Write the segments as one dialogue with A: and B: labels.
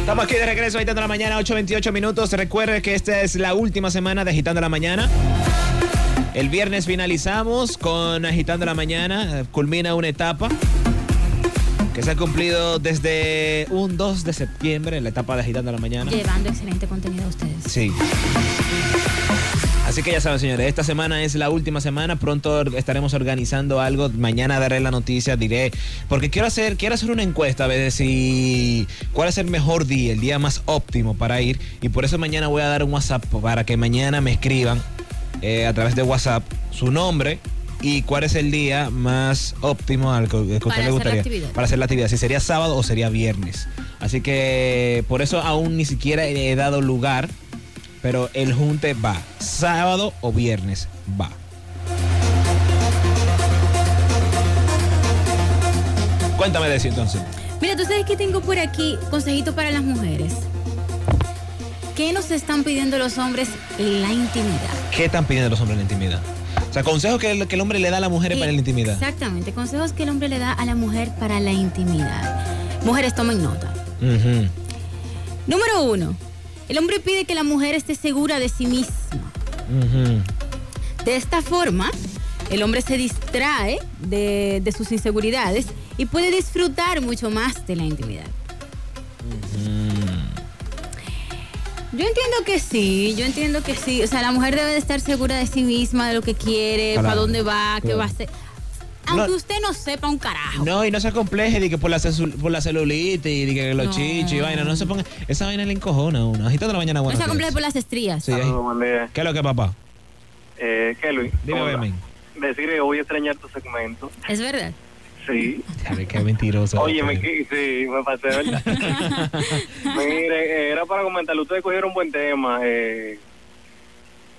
A: Estamos aquí de regreso agitando la mañana, 8.28 minutos. Recuerde que esta es la última semana de agitando la mañana. El viernes finalizamos con agitando la mañana. Culmina una etapa que se ha cumplido desde un 2 de septiembre, la etapa de agitando la mañana.
B: Llevando excelente contenido a ustedes.
A: Sí. Así que ya saben, señores, esta semana es la última semana. Pronto or- estaremos organizando algo. Mañana daré la noticia, diré. Porque quiero hacer, quiero hacer una encuesta a ver de si cuál es el mejor día, el día más óptimo para ir. Y por eso mañana voy a dar un WhatsApp para que mañana me escriban eh, a través de WhatsApp su nombre. ¿Y cuál es el día más óptimo al que, que a usted
B: Para hacer
A: le
B: la
A: gustaría?
B: actividad.
A: para hacer la actividad, si sería sábado o sería viernes. Así que por eso aún ni siquiera he dado lugar pero el junte va. Sábado o viernes va. Cuéntame de eso entonces.
B: Mira, tú sabes que tengo por aquí consejito para las mujeres. ¿Qué nos están pidiendo los hombres? La intimidad.
A: ¿Qué están pidiendo los hombres en la intimidad? O sea, consejos que el, que el hombre le da a la mujer para la intimidad.
B: Exactamente. Consejos que el hombre le da a la mujer para la intimidad. Mujeres, tomen nota.
A: Ujú.
B: Número uno. El hombre pide que la mujer esté segura de sí misma.
A: Ujú.
B: De esta forma, el hombre se distrae de, de sus inseguridades y puede disfrutar mucho más de la intimidad. Yo entiendo que sí, yo entiendo que sí. O sea, la mujer debe de estar segura de sí misma, de lo que quiere,
A: Claro,
B: para dónde va, qué
A: claro.
B: va a hacer. Aunque
A: No.
B: usted no sepa un carajo.
A: No, y no se compleje de que por la, cesu- por la celulitis, de que los
B: No.
A: chichos y vaina, no se ponga. Esa vaina le encojona a uno. Agitando la mañana,
B: no
A: bueno.
B: se acompleje por las estrías.
A: Sí, ahí.
C: Saludos, buen día.
A: ¿Qué es lo que, papá?
C: Eh, Kelvin,
A: Dime,
C: ¿cómo estás?
A: Benmin.
C: Decir que voy a extrañar tu segmento.
B: Es verdad.
C: Sí.
A: Chale, Qué mentiroso. este.
C: Oye, me, qui- sí, me pasé, ¿verdad? Mire, eh, era para comentarle, ustedes cogieron un buen tema eh,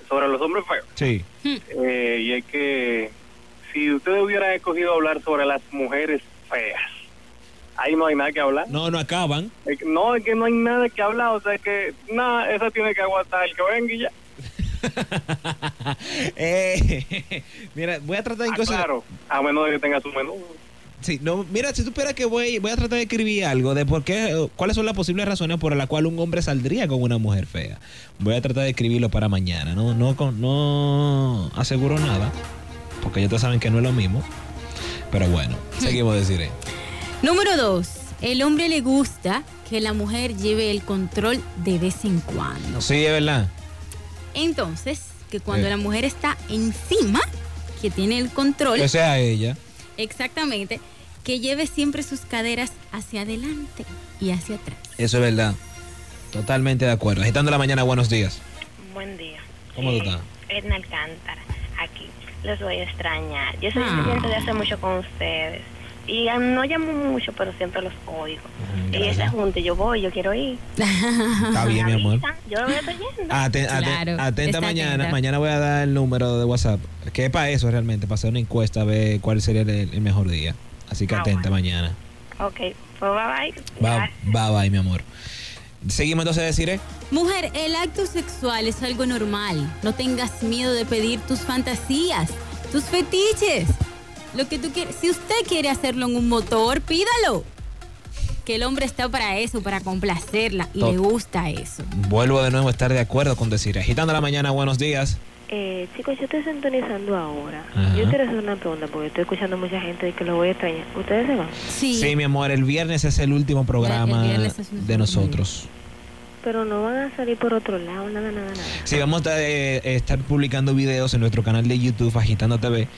C: sobre los hombres feos.
A: Sí.
C: Eh, y es que si ustedes hubieran escogido hablar sobre las mujeres feas, ahí no hay nada que hablar.
A: No, no acaban.
C: Es que- No, es que no hay nada que hablar, o sea, es que nada, esa tiene que aguantar el que venga y ya.
A: Eh, mira, voy a tratar de
C: Ah,
A: cosas-
C: claro, a menos de que tenga su menú.
A: Sí, no, mira, si tú esperas que voy, voy a tratar de escribir algo de por qué, eh, cuáles son las posibles razones por las cuales un hombre saldría con una mujer fea. Voy a tratar de escribirlo para mañana. No, no, con- no aseguro nada, porque ya todos saben que no es lo mismo. Pero bueno, seguimos deciré.
B: Número dos. El hombre le gusta que la mujer lleve el control de vez en cuando.
A: Sí, es verdad.
B: Entonces, que cuando
A: Sí.
B: la mujer está encima, que tiene el control,
A: Que sea ella.
B: exactamente, que lleve siempre sus caderas hacia adelante y hacia atrás.
A: Eso es verdad. Totalmente de acuerdo. Agitando la mañana, buenos días.
D: Buen día.
A: ¿Cómo tú estás?
D: Edna Alcántara, aquí. Los voy a extrañar. Yo soy
B: Ah.
D: estudiante de hace mucho con ustedes. Y ah, no llamo mucho, pero siempre los oigo.
A: Mm,
D: Y
A: gracias.
D: esa junta, yo voy, yo quiero ir.
A: Está bien, mi
D: Me
A: amor. Ah.
D: avisan, Yo lo voy oyendo.
A: Aten- aten-
B: Claro,
A: atenta
B: está
A: mañana.
B: atenta.
A: Mañana voy a dar el número de WhatsApp. Que es para eso realmente, para hacer una encuesta a ver cuál sería el, el mejor día. Así que
D: Ah,
A: atenta mañana.
D: Ok, pues bye bye.
A: Va, va, va, mi amor. Seguimos entonces, deciré.
B: Mujer, el acto sexual es algo normal. No tengas miedo de pedir tus fantasías, tus fetiches. Lo que tú quieres. Si usted quiere hacerlo en un motor, pídalo. Que el hombre está para eso, para complacerla y
A: Tot-
B: le gusta eso.
A: Vuelvo de nuevo a estar de acuerdo con deciré. Agitando la mañana, buenos días.
D: Eh, chicos, yo estoy sintonizando ahora.
A: Ajá.
D: Yo quiero hacer una pregunta porque estoy escuchando a mucha gente de que lo voy a extrañar. ¿Ustedes se van?
B: Sí.
A: Sí, mi amor, el viernes es el último programa
B: El viernes es un-
A: de nosotros.
D: Pero no van a salir por otro lado, nada, nada, nada.
A: Sí, vamos a eh, estar publicando videos en nuestro canal de YouTube, Agitando TV.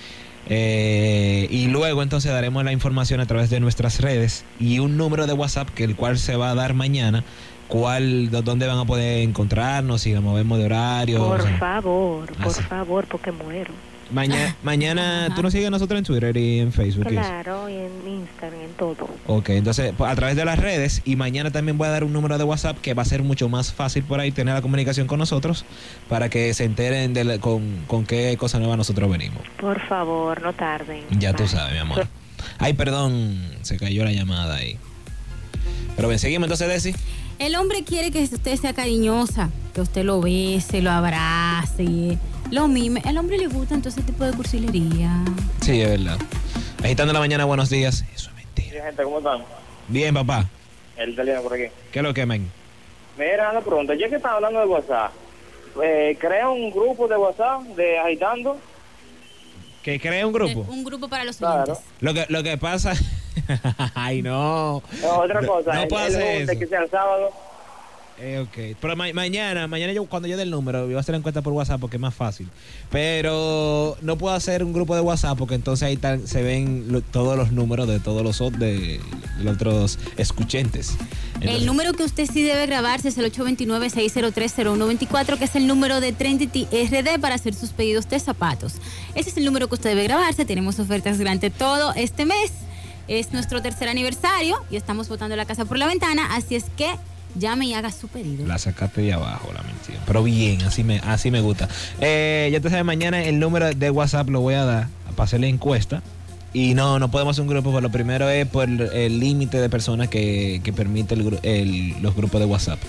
A: Eh, y luego entonces daremos la información a través de nuestras redes y un número de WhatsApp que el cual se va a dar mañana. Cuál, do- dónde van a poder encontrarnos, si nos movemos de horario. o
D: Por
A: sea,
D: favor,
A: Ah,
D: por
A: sí.
D: favor, porque muero.
A: maña- mañana, tú nos sigues a nosotros en Twitter y en Facebook. y eso.
D: Claro, y en Instagram, en todo.
A: Ok, entonces pues, a través de las redes y mañana también voy a dar un número de WhatsApp que va a ser mucho más fácil por ahí tener la comunicación con nosotros para que se enteren de la- con, con qué cosa nueva nosotros venimos.
D: Por favor, no tarden.
A: Ya tú
D: Bye.
A: sabes, mi amor. Ay, perdón, se cayó la llamada ahí. Pero ven, seguimos entonces, Desi.
B: El hombre quiere que usted sea cariñosa, que usted lo bese, lo abrace, lo mime. El hombre le gusta entonces ese tipo de cursilería.
A: Sí, es verdad. Agitando la mañana, buenos días. Eso es mentira.
C: gente, ¿cómo están?
A: Bien, papá.
C: El italiano por aquí.
A: ¿Qué es lo que, men?
E: Mira, una pregunta, ya que estás hablando de WhatsApp, eh, crea un grupo de WhatsApp de agitando.
A: Que cree un grupo.
B: Eh, Un grupo para los
E: Claro.
B: oyentes.
A: Lo que, lo que pasa. Ay, no.
E: Eh, otra
A: No-
E: cosa,
A: no
E: el-
A: puedo
E: el
A: hacer
E: lunes,
A: eso.
E: que sea el sábado.
A: Eh, ok. Pero ma- mañana, mañana yo cuando yo dé el número, yo voy a hacer la encuesta por WhatsApp porque es más fácil. Pero no puedo hacer un grupo de WhatsApp porque entonces ahí tan- se ven lo- todos los números de todos los, ot- de, de los otros escuchantes.
B: El número que usted sí debe grabarse es el 829-603-0124, que es el número de Trendity RD para hacer sus pedidos de zapatos. Ese es el número que usted debe grabarse. Tenemos ofertas durante todo este mes. Es nuestro tercer aniversario y estamos botando la casa por la ventana, así es que llame y haga su pedido.
A: La sacaste de abajo, la mentira. Pero bien, así me, así me gusta. Eh, ya te sabes, mañana el número de WhatsApp lo voy a dar para hacer la encuesta. Y no, no podemos hacer un grupo, pero lo primero es por el límite de personas que, que permite el gru- el- los grupos de WhatsApp.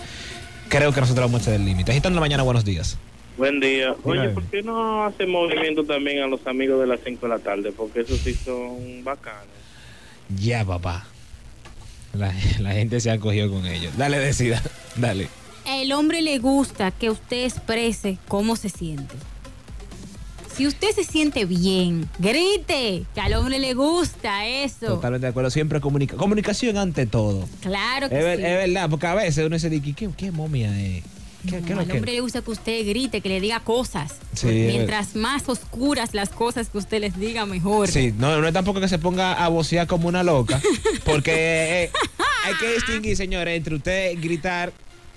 A: Creo que nosotros vamos a exceder el límite. Agitando la mañana, buenos días.
F: Buen día.
A: Dígame.
F: Oye, ¿por qué no hacen movimiento también a los amigos de las 5 de la tarde? Porque esos sí son bacanos.
A: Ya, papá. La, la gente se ha cogido con ellos. Dale, decida. Dale.
B: El hombre le gusta que usted exprese cómo se siente. Si usted se siente bien, grite, que al hombre le gusta eso.
A: Totalmente de acuerdo. Siempre comunica. Comunicación ante todo.
B: Claro
A: Es,
B: que
A: ver-
B: sí.
A: es verdad, porque a veces uno se dice, ¿qué, qué momia es? ¿Qué,
B: No,
A: qué es lo
B: al
A: que-"
B: hombre le gusta que usted grite, que le diga cosas.
A: Sí,
B: Pues,
A: eh.
B: mientras más oscuras las cosas que usted les diga, mejor.
A: Sí, no, no es tampoco que se ponga a vocear como una loca, porque eh, hay que distinguir, señores, entre usted gritar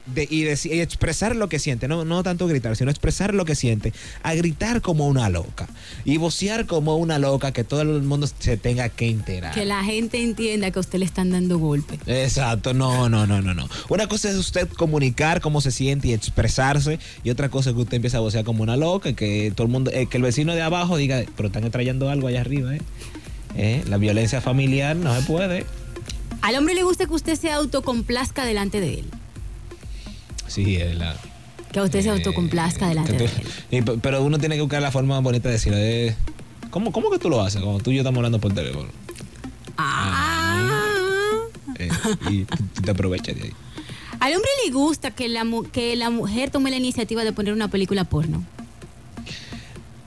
A: de- y, deci- y expresar lo que siente, no, no tanto gritar, sino expresar lo que siente, a gritar como una loca y vocear como una loca que todo el mundo se tenga que enterar.
B: Que la gente entienda que a usted le están dando golpe.
A: Exacto, no, no, no, no, no. Una cosa es usted comunicar cómo se siente y expresarse, y otra cosa es que usted empieza a vocear como una loca, que todo el mundo, eh, que el vecino de abajo diga, pero están trayendo algo allá arriba, ¿eh? Eh, La violencia familiar no se puede.
B: Al hombre le gusta que usted se autocomplazca delante de él.
A: Sí, es la.
B: Que usted se
A: eh,
B: autocomplazca delante
A: que
B: de
A: tú-
B: él.
A: y pe- pero uno tiene que buscar la forma bonita de decirlo. eh, ¿cómo, ¿Cómo que tú lo haces? Como tú y yo estamos hablando por teléfono.
B: Ah.
A: eh, y tú- tú te aprovechas de ahí.
B: Al hombre le gusta que la, mu- que la mujer tome la iniciativa de poner una película porno.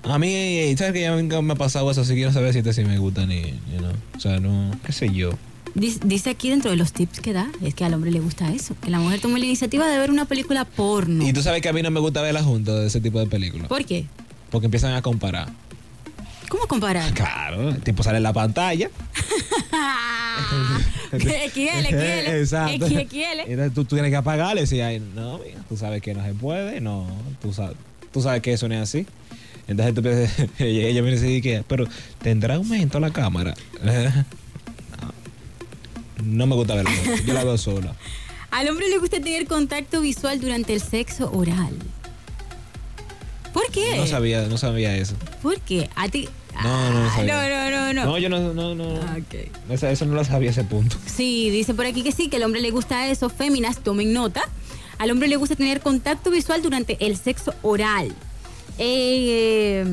A: A mí, eh, ¿sabes que ya nunca me ha pasado eso? Así que no saber si este sí me gusta ni, ni no. O sea, no, qué sé yo.
B: Dice, dice aquí dentro de los tips que da, es que al hombre le gusta eso, que la mujer tome la iniciativa de ver una película porno.
A: Y tú sabes que a mí no me gusta verlas juntas, ese tipo de películas.
B: ¿Por qué?
A: Porque empiezan a comparar.
B: ¿Cómo comparar?
A: Claro, el tipo sale en la pantalla.
B: XL,
A: Exacto.
B: XL, XL.
A: Entonces tú, tú tienes que apagarle y decir, "Ay, no, mira, tú sabes que no se puede, no, tú sabes, tú sabes que eso no es así. Entonces tú piensas, ella, ella viene y dice que, pero ¿tendrá aumento la cámara? no me gusta verla, yo la veo sola.
B: Al hombre le gusta tener contacto visual durante el sexo oral. ¿Por qué?
A: No sabía, no sabía eso.
B: ¿Por qué? A ti.
A: No, no, no
B: Ay,
A: sabía.
B: no, no, no,
A: No,
B: no.
A: yo no, no, no.
B: Ah, ok.
A: Esa- eso no lo sabía ese punto.
B: Sí, dice por aquí que sí, que al hombre le gusta eso. Féminas, tomen nota. Al hombre le gusta tener contacto visual durante el sexo oral. Eh, eh,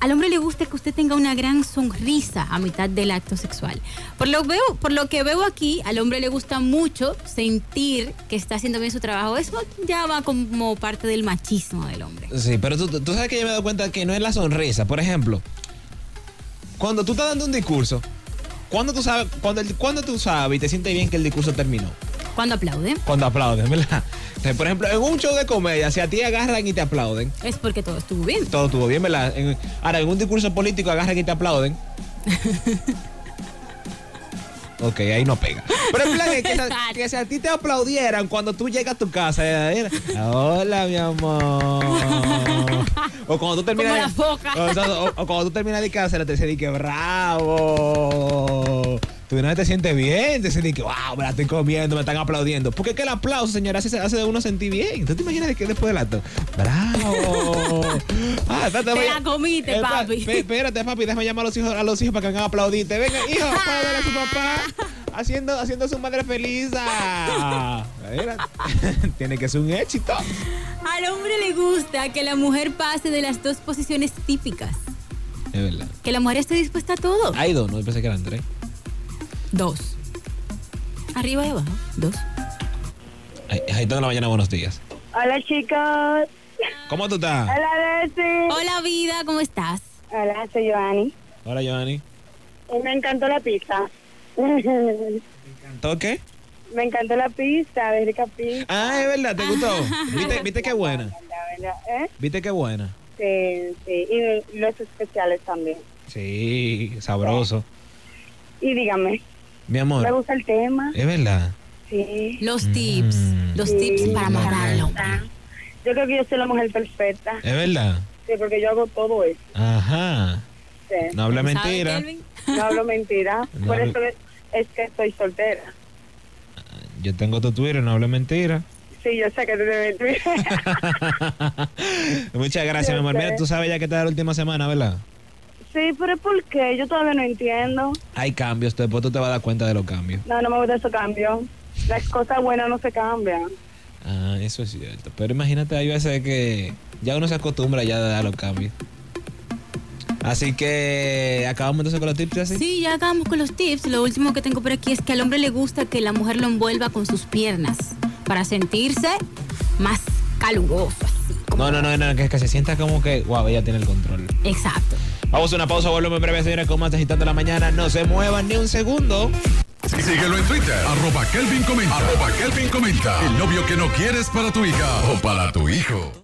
B: al hombre le gusta que usted tenga una gran sonrisa a mitad del acto sexual. Por lo, veo, por lo que veo aquí, al hombre le gusta mucho sentir que está haciendo bien su trabajo. Eso ya va como parte del machismo del hombre.
A: Sí, pero tú, tú sabes que yo me he dado cuenta que no es la sonrisa. Por ejemplo, cuando tú estás dando un discurso, cuando tú sabes, cuando, el- cuando tú sabes y te sientes bien que el discurso terminó,
B: Cuando aplaude,
A: cuando aplauden, ¿verdad? Entonces, por ejemplo, en un show de comedia, si a ti agarran y te aplauden,
B: es porque todo estuvo bien.
A: todo estuvo bien, ¿verdad? En- ahora, en un discurso político agarran y te aplauden. Ok, ahí no pega. Pero el plan es que, sa- que si a ti te aplaudieran cuando tú llegas a tu casa. eh, eh, Hola, mi amor. O cuando tú terminas.
B: Como la foca.
A: O, o- o cuando tú terminas de casa, te dicen que bravo. Tú no te sientes bien, te sientes que wow, me la estoy comiendo, me están aplaudiendo. Porque es que el aplauso, señora, hace, hace de uno sentir bien. ¿Tú te imaginas de que después del acto? ¡Bravo! Ah, espérate,
B: Te
A: voy-
B: la comiste,
A: Espa-
B: papi.
A: pe- Espérate, papi, déjame llamar a los hijos, a los hijos para que vengan a aplaudirte. Venga, hijo, para ver a su papá haciendo, haciendo a su madre feliz. Ah, mira, tiene que ser un éxito.
B: Al hombre le gusta que la mujer pase de las dos posiciones típicas.
A: Es verdad.
B: Que la mujer esté dispuesta a todo.
A: Hay dos, no pensé que eran tres.
B: Dos. Arriba y abajo. Dos.
A: Ay, Agitando la mañana, buenos días.
G: Hola chicos.
A: ¿Cómo tú estás?
G: Hola Bessie.
B: Hola, vida, ¿cómo estás?
G: Hola, soy Joanny.
A: Hola, Giovanni.
G: Me encantó la pizza. Me
A: ¿Todo qué?
G: encantó la pizza, de rica pizza.
A: Ah, es verdad, te gustó. ¿Viste, viste qué buena?
G: La verdad, ¿eh?
A: ¿Viste qué buena?
G: Sí, sí. Y los especiales también.
A: Sí, sabroso.
G: Y dígame,
A: Mi
G: ¿me
A: amor,
G: gusta el tema?
A: es verdad.
G: Sí.
B: Los tips, los tips para mejorar al hombre.
G: Ah, Yo creo que yo soy la mujer perfecta.
A: Es verdad.
G: Sí, porque yo hago todo este, eso.
A: Ajá.
G: Sí.
A: No habla
B: ¿Sabes,
A: mentira.
B: Kelvin?
G: No hablo mentira.
A: No
G: Por
A: hablo-
G: eso es- es que estoy soltera.
A: Yo tengo tu Twitter, no habla mentira.
G: Sí, yo sé que tú te mentí.
A: Muchas gracias, mi amor. Mira, tú sabes ya que está la última semana, ¿verdad?
G: Sí, pero ¿por qué? Yo todavía no entiendo.
A: Hay cambios, después tú te vas a dar cuenta de los cambios.
G: No, no me gusta ese cambio. Las cosas buenas no se cambian.
A: Ah, eso es cierto. Pero imagínate, hay veces que ya uno se acostumbra ya a los cambios. Así que acabamos entonces con los tips así.
B: Sí, ya acabamos con los tips. Lo último que tengo por aquí es que al hombre le gusta que la mujer lo envuelva con sus piernas para sentirse más caluroso. así, como-
A: No, no, no, no, que, que se sienta como que, wow, ella tiene el control.
B: Exacto.
A: Vamos a una pausa, volvemos en breve, señores, con más de agitando la mañana. No se muevan ni un segundo.
H: Y síguelo en Twitter, arroba Kelvin Comenta. Arroba Kelvin Comenta. El novio que no quieres para tu hija o para tu hijo.